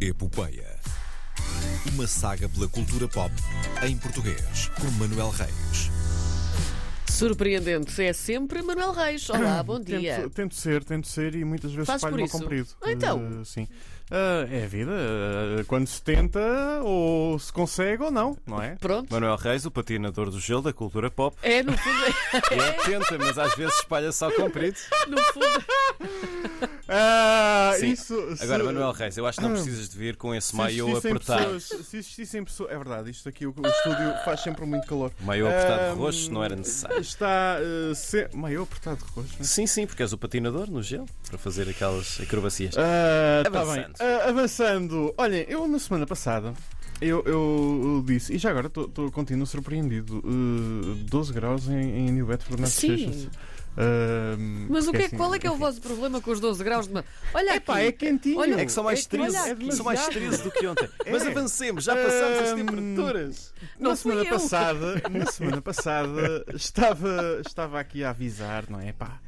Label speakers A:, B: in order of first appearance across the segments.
A: Epopeia. Uma saga pela cultura pop em português, com Manuel Reis.
B: Surpreendente é sempre Manuel Reis. Olá, bom dia.
C: Tento, tento ser, tento ser e muitas vezes
B: Fazes por
C: falho-me ao
B: isso?
C: comprido.
B: Ah, então.
C: Eh, sim. Ah, é a vida. ah, quando se tenta, ou se consegue ou não, não é?
B: Pronto.
D: Manuel Reis, o patinador do gelo da cultura pop.
B: É, no fundo,
D: É atenta, mas às vezes espalha-se ao comprido.
B: é, no fundo.
C: Ah,
D: Sim.
C: isso.
D: Agora,
C: se-
D: Manuel Reis, eu acho que não precisas de vir com esse
C: se
D: maiô
C: existissem
D: apertado.
C: pessoas- Se existissem pessoas. É verdade, isto aqui, o, o estúdio faz sempre muito calor.
D: Maiô apertado
C: Ahm,
D: roxo não era necessário.
C: Está. Uh, se... Maior apertado de roxo.
D: Sim, sim, porque és o patinador no gelo para fazer aquelas acrobacias.
C: Ah, tá
D: Avançando.
C: bem. Ah, avançando. Olhem, eu na semana passada eu, eu disse, e já agora tô- tô- continuo surpreendido, eh, 12 graus em, em New Bedford, Massachusetts.
B: Sim.
C: Ah,
B: Mas o que é,
C: esqueci,
B: qual é que é o
C: enfim.
B: vosso problema com os 12 graus de ma- Olha
C: assim. Epá,
B: aqui.
C: é quentinho.
B: Olha,
D: É que são mais
B: é que olha
D: 13,
B: aqui.
D: são mais 13 do que ontem. Mas
C: É.
D: avancemos, já passamos as
C: Ahm,
D: temperaturas.
B: Não
C: na
B: fui
C: semana
B: eu.
C: passada, na semana passada estava, estava aqui a avisar, não é? Pá,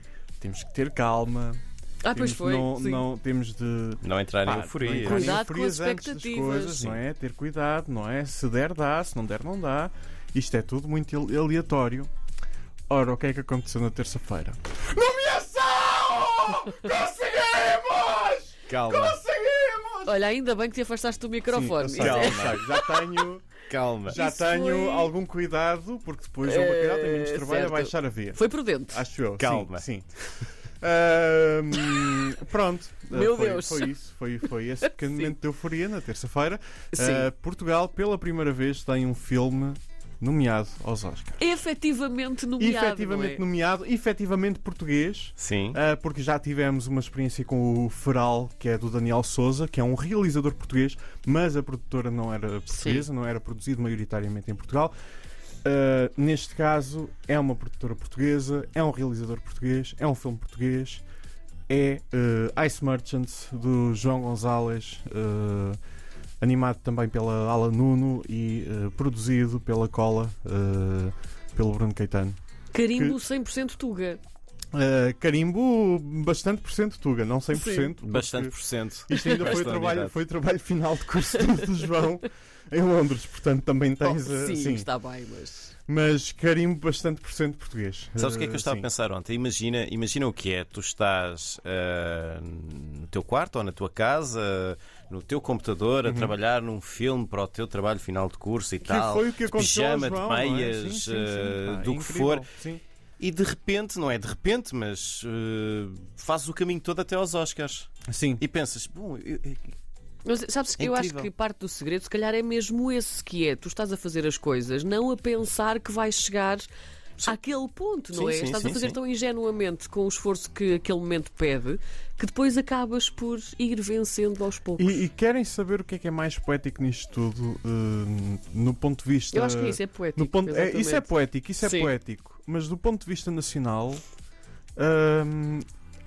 C: temos que ter calma.
B: Ah, pois
C: temos
B: foi.
C: não,
B: sim.
C: não temos de
D: Não entrar
C: Pá,
D: em
C: não
D: euforia.
C: entrar em
B: Cuidado com as
C: euforias antes das
B: expectativas.
C: Coisas, não
D: Sim.
C: é? Ter cuidado, não é? Se der, dá. Se não der, não dá. Isto é tudo muito ale- aleatório. Ora, o que é que aconteceu na terça-feira? Nomeação! Conseguimos!
D: Calma,
C: Conseguimos!
B: Olha, ainda bem que te afastaste do microfone.
C: Sim,
B: Isso
C: eu sei,
B: é-
C: eu sei, já tenho,
D: calma.
C: já
B: Isso
C: tenho
B: foi-
C: algum cuidado, porque depois houve
B: Eh,
C: cuidado, tem menos trabalho
B: certo.
C: a baixar a via.
B: Foi prudente.
C: Acho eu.
D: Calma.
C: Sim. sim. Ahm, pronto.
B: Meu
C: Ah, foi,
B: Deus.
C: Foi isso. Foi, foi esse pequeno
B: Sim.
C: momento de euforia na terça-feira.
B: Sim.
C: Ah, Portugal, pela primeira vez, tem um filme nomeado aos Oscars.
B: Efetivamente nomeado.
C: efetivamente
B: não é?
C: nomeado, efetivamente português.
D: Sim.
C: ah, porque já tivemos uma experiência com o Feral, que é do Daniel Souza, que é um realizador português, mas a produtora não era portuguesa, não era produzido maioritariamente em Portugal. Uh, neste caso, é uma produtora portuguesa, é um realizador português, é um filme português, é uh, Ice Merchants do João Gonzalez, uh, animado também pela Ala Nuno e uh, produzido pela Cola, uh, pelo Bruno Caetano.
B: Carimbo 100% Tuga.
C: Uh, carimbo, bastante por cento Tuga, não 100%. porque
D: Bastante por cento.
C: Isto ainda foi o
D: Bastante
C: trabalho,
D: unidade.
C: foi o trabalho final de curso do João em Londres, portanto também tens.
B: Oh,
C: uh,
B: sim,
C: sim.
B: está bem, mas.
C: Mas carimbo bastante por cento português.
D: Sabes o que é que
C: Uh,
D: eu estava
C: sim.
D: a pensar ontem? Imagina, imagina o que é: tu estás ah, no teu quarto ou na tua casa, no teu computador, a trabalhar num filme para o teu trabalho final de curso e
C: Uhum. Que
D: tal,
C: foi o que
D: de
C: aconteceu ao
D: pijama,
C: João,
D: de
C: não é?
D: meias,
C: Sim, sim, sim,
D: ah,
C: pá,
D: do
C: é
D: que
C: incrível,
D: for,
C: sim.
D: e de repente, não é de repente, mas ah, fazes o caminho todo até aos Oscars
C: Sim.
D: e pensas, bom, eu- eu-
B: Mas sabes que eu acho
D: Incrível.
B: que parte do segredo, se calhar, é mesmo esse que é. Tu estás a fazer as coisas, não a pensar que vais chegar àquele ponto, não
D: Sim,
B: é?
D: sim,
B: estás a
D: sim,
B: fazer
D: sim.
B: tão ingenuamente com o esforço que aquele momento pede que depois acabas por ir vencendo aos poucos.
C: E, e querem saber o que é que é mais poético nisto tudo, uh, no ponto de vista.
B: Eu acho que isso é poético.
C: eh, no ponto, é,
B: exatamente.
C: isso é poético, isso é
B: Sim.
C: poético. Mas do ponto de vista nacional, hum,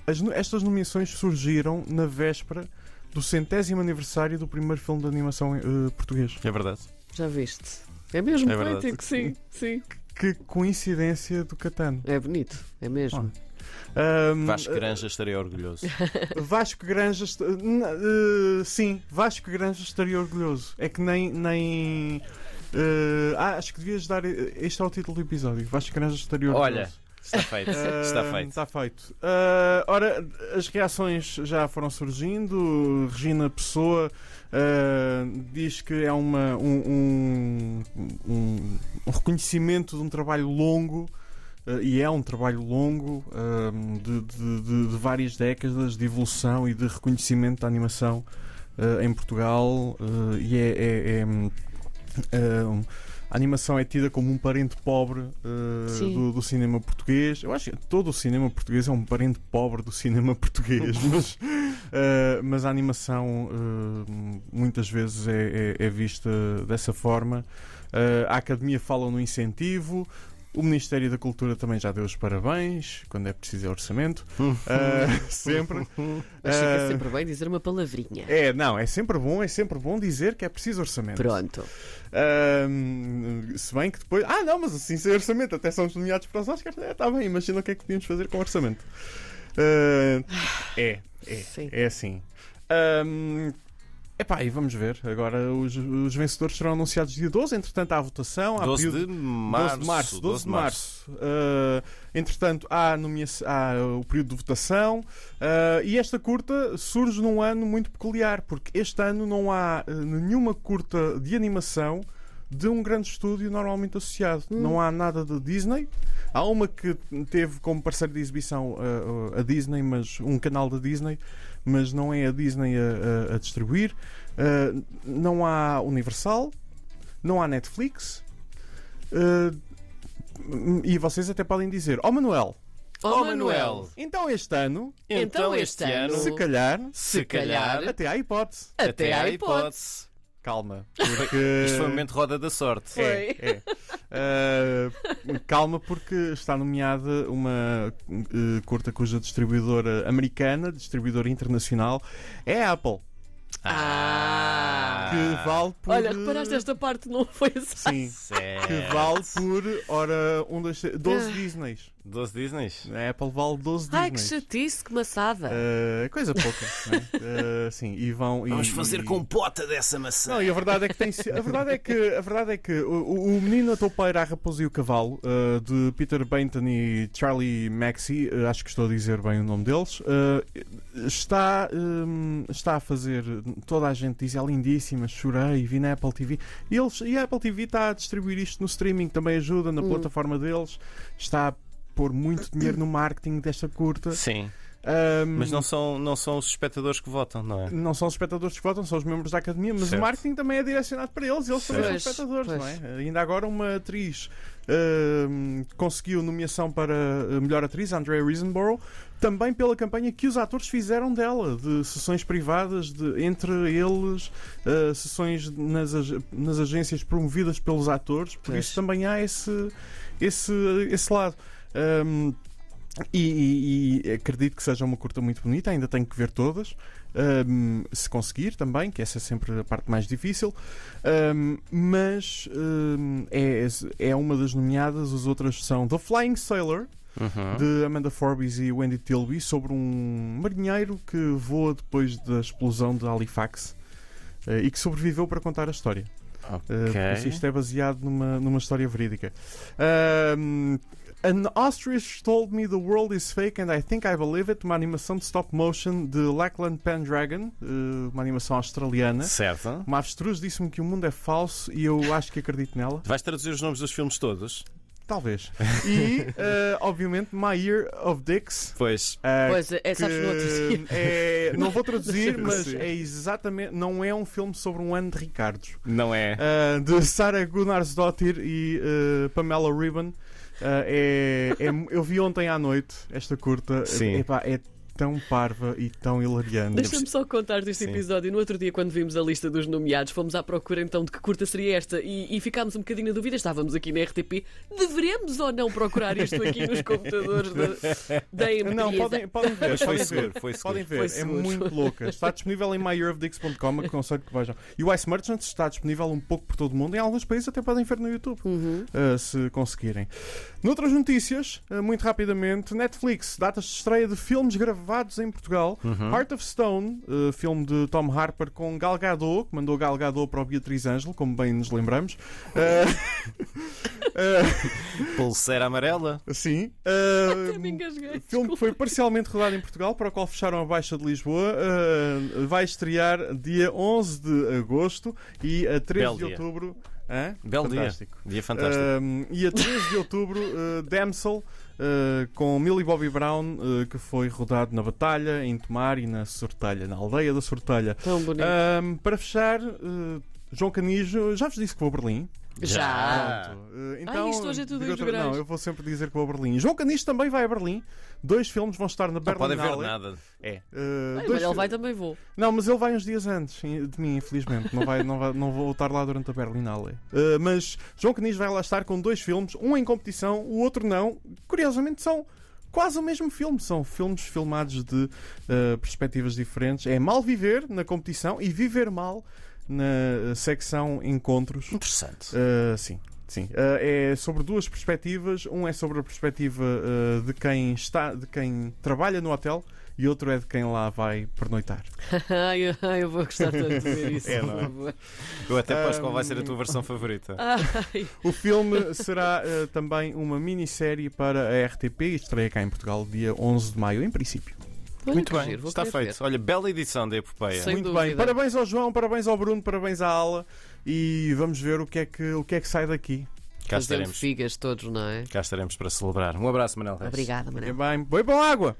C: as no- estas nomeações surgiram na véspera do centésimo aniversário do primeiro filme de animação eh, português.
D: é verdade.
B: Já viste? É mesmo
D: É verdade.
B: poético, sim, sim.
C: Que coincidência do Catano.
B: É bonito, é mesmo.
C: Hum, eh,
D: Vasco Granja estaria orgulhoso.
C: Vasco Granja. est- n- eh, sim, Vasco Granja estaria orgulhoso. É que nem. nem eh, ah, acho que devias dar. eh, Este é o título do episódio. Vasco Granja estaria orgulhoso.
D: Olha, está feito,
C: Eh,
D: está feito.
C: Está feito. Eh, ora, as reações já foram surgindo. Regina Pessoa eh, diz que é uma, um, um- um- um reconhecimento de um trabalho longo. eh, e é um trabalho longo eh, de, de- de- de várias décadas de evolução e de reconhecimento da animação eh, em Portugal eh, e é, é- é, hum, eh, um, a animação é tida como um parente pobre eh,
B: Sim.
C: do, do cinema português. Eu acho que todo o cinema português é um parente pobre do cinema português, mas, eh, mas a animação eh, muitas vezes é, é- é vista dessa forma. Eh, a Academia fala no incentivo. O Ministério da Cultura também já deu os parabéns, quando é preciso é orçamento. Eh, sempre.
B: Mas fica
C: Eh,
B: é sempre bem dizer uma palavrinha.
C: é, não, é sempre bom, é sempre bom dizer que é preciso orçamento.
B: Pronto.
C: Ahm, se bem que depois. Ah, não, mas assim sem orçamento, até somos nomeados para os Oscars. Está bem, imagina o que é que podíamos fazer com orçamento. Ah, é, é,
B: Sim.
C: é assim. Ahm, Epá, e vamos ver. Agora os, os vencedores serão anunciados dia 12. Entretanto, há votação. Há
D: 12
C: período...
D: de março.
C: 12 de março. 12 de março. Uh, entretanto, há, nomea- há o período de votação uh, e esta curta surge num ano muito peculiar, porque este ano não há uh, nenhuma curta de animação de um grande estúdio normalmente associado. Não há nada da Disney. Há uma que teve como parceiro de exibição uh, uh, a Disney, mas um canal da Disney, mas não é a Disney a, a- a distribuir. Uh, não há Universal, não há Netflix. Uh, e vocês até podem dizer: Ó Manuel,
B: Oh,
D: Ó Oh, Manuel,
C: então este ano,
B: Então,
D: então
B: este
D: este ano,
B: ano-
C: se calhar,
D: se calhar,
C: até há hipótese.
B: até à hipótese.
C: Calma, porque.
D: Isto foi um momento de roda da sorte.
B: Foi.
C: É, é. Uh, calma, porque está nomeada uma uh, curta cuja distribuidora americana, distribuidora internacional, é a Apple,
B: Ah.
C: que vale por.
D: Uhum.
B: Olha, reparaste esta parte, não foi assim.
C: Sim.
D: Certo.
C: Que vale por, ora, um, dois, três, 12
B: Ah.
C: Disneys.
D: 12 Disneys.
C: A Apple vale 12
B: Ai, que
C: Disneys.
B: chatice, que maçada.
C: Uh, coisa pouca, né? Uh, sim, e vão e- e-
D: compota dessa maçã.
C: Não, e a verdade é que tem si- a verdade é que a verdade é que o, o- o menino a toupeira, a raposa e o cavalo uh, de Peter Bainton e Charlie Maxey, uh, acho que estou a dizer bem o nome deles, uh, está um, está a fazer toda a gente diz é lindíssima, chorei, vi na Apple TV. E eles e a Apple TV está a distribuir isto no streaming, também ajuda
D: Hum.
C: na plataforma deles, está a pôr muito dinheiro no marketing desta curta.
D: Sim,
C: Um,
D: mas não são, não são os espectadores que votam, não é?
C: não são os espectadores que votam, são os membros da academia, mas
D: Certo.
C: o marketing também é direcionado para eles, eles também são
B: Pois,
C: espectadores,
B: pois.
C: não é? Ainda agora uma atriz ahm, conseguiu nomeação para a melhor atriz, Andrea Risenborough, também pela campanha que os atores fizeram dela, de sessões privadas, de, entre eles, ah, sessões nas, ag- nas agências promovidas pelos atores, por
B: Pois.
C: isso também há esse, esse, esse lado. Ahm, e, e- e acredito que seja uma curta muito bonita, ainda tenho que ver todas, ahm, se conseguir também, que essa é sempre a parte mais difícil. ahm, mas ahm, é, é uma das nomeadas, as outras são The Flying Sailor,
D: Uhum.
C: de Amanda Forbes e Wendy Tilby, sobre um marinheiro que voa depois da explosão de Halifax eh, e que sobreviveu para contar a história. Uh, por isso
D: Ok.
C: Isto é baseado numa, numa história verídica. Um, An ostrich told me the world is fake and I think I believe it. Uma animação de stop motion de Lackland Pendragon, uh, uma animação
D: né?
C: australiana.
D: Certo.
C: Uma Um avestruz disse-me que o mundo é falso e eu acho que acredito nela.
D: Vais traduzir os nomes dos filmes todos?
C: Talvez. E, uh, obviamente, My Year of Dicks.
D: Pois.
C: uh,
B: Pois, é, sabes, no outro dia.
C: que é- não vou traduzir, mas
D: Sim.
C: é exatamente. Não é um filme sobre um ano de Ricardos.
D: Não é?
C: Uh, de Sarah Gunnarsdóttir e uh, Pamela Ribbon. Uh, é, é- eu vi ontem à noite esta curta.
D: Sim.
C: Epá, é tão parva e tão hilariante.
B: Deixa-me só contar deste
D: Sim.
B: episódio. No outro dia, quando vimos a lista dos nomeados, fomos à procura então de que curta seria esta e, e ficámos um bocadinho na dúvida. Estávamos aqui na RTP. Deveremos ou não procurar isto aqui nos computadores da, da empresa?
C: Não, podem, podem ver.
D: Mas foi
C: podem
D: seguro,
C: ver.
D: foi seguro.
C: Podem ver,
B: Foi
C: é
B: seguro.
C: muito louca. Está disponível em myyearofdicks.com, aconselho é que vejam. E o Ice Merchant está disponível um pouco por todo o mundo. Em alguns países até podem ver no YouTube,
B: Uhum.
C: uh, se conseguirem. Noutras notícias, uh, muito rapidamente, Netflix, datas de estreia de filmes gravados em Portugal.
D: Uhum.
C: Heart of Stone, uh, filme de Tom Harper com Gal Gadot, que mandou Gal Gadot para o Beatriz Ângelo, como bem nos lembramos. Uh,
D: Pulseira amarela.
C: uh, sim.
B: Até me
C: Uh,
B: engasguei.
C: Filme que foi parcialmente rodado em Portugal, para o qual fecharam a Baixa de Lisboa, uh, vai estrear dia 11 de agosto e a 13
D: Belo
C: de
D: dia.
C: outubro. Hã?
D: Belo dia.
C: Fantástico.
D: Dia fantástico.
C: Um, e a 13 de outubro, uh, Damsel, uh, com Millie Bobby Brown, uh, que foi rodado na Batalha, em Tomar e na Sortelha, na aldeia da Sortelha.
B: Tão bonito.
D: Ah,
C: Um, para fechar, uh, João Canijo, já vos disse que vou a Berlim.
D: Ah.
B: já.
C: Pronto. Uh, Então,
B: isto hoje é tudo
C: digo
B: os
C: outra-
B: verões.
C: Não, eu vou sempre dizer que vou a Berlim. João Canijo também vai a Berlim. Dois filmes vão estar na
D: Não podem
C: Berlinale.
D: ver nada.
C: É.
B: Ai,
C: Uh,
B: mas
C: dois-
B: ele vai também vou.
C: Não, mas ele vai uns dias antes in- de mim, infelizmente. Não, vai, não, vai- não vou estar lá durante a Berlinale. Uh, mas João Canijo vai lá estar com dois filmes, um em competição, o outro não. Curiosamente são quase o mesmo filme. São filmes filmados de uh, perspectivas diferentes. É Mal Viver na competição e Viver Mal na uh, eh, secção Encontros.
D: Interessante.
C: Uh, sim. Sim, eh, é sobre duas perspectivas. Um é sobre a perspectiva eh, de quem está, de quem trabalha no hotel, e outro é de quem lá vai pernoitar.
B: Ai, eu- ai, eu vou gostar tanto de ver isso.
D: É,
B: por
D: não é?
B: favor.
D: Eu até aposto qual vai ser a tua versão favorita.
B: Ah, Ai,
C: O filme será eh, também uma minissérie para a RTP e estreia cá em Portugal dia 11 de maio, em princípio.
B: olha
D: Muito
B: que
D: bem,
B: giro, vou
D: está
B: querer
D: feito. Olha, bela edição da Epopeia.
B: Sem
C: Muito bem.
B: dúvida.
C: Parabéns ao João, parabéns ao Bruno, parabéns à Ala e vamos ver o que é que, o que, é que sai daqui.
D: Cá
B: Fazemos
D: estaremos.
B: figas todos, não é?
D: Cá estaremos para celebrar. Um abraço, Manuel Reis.
B: Obrigada, Manel.
C: É bem, bebam água!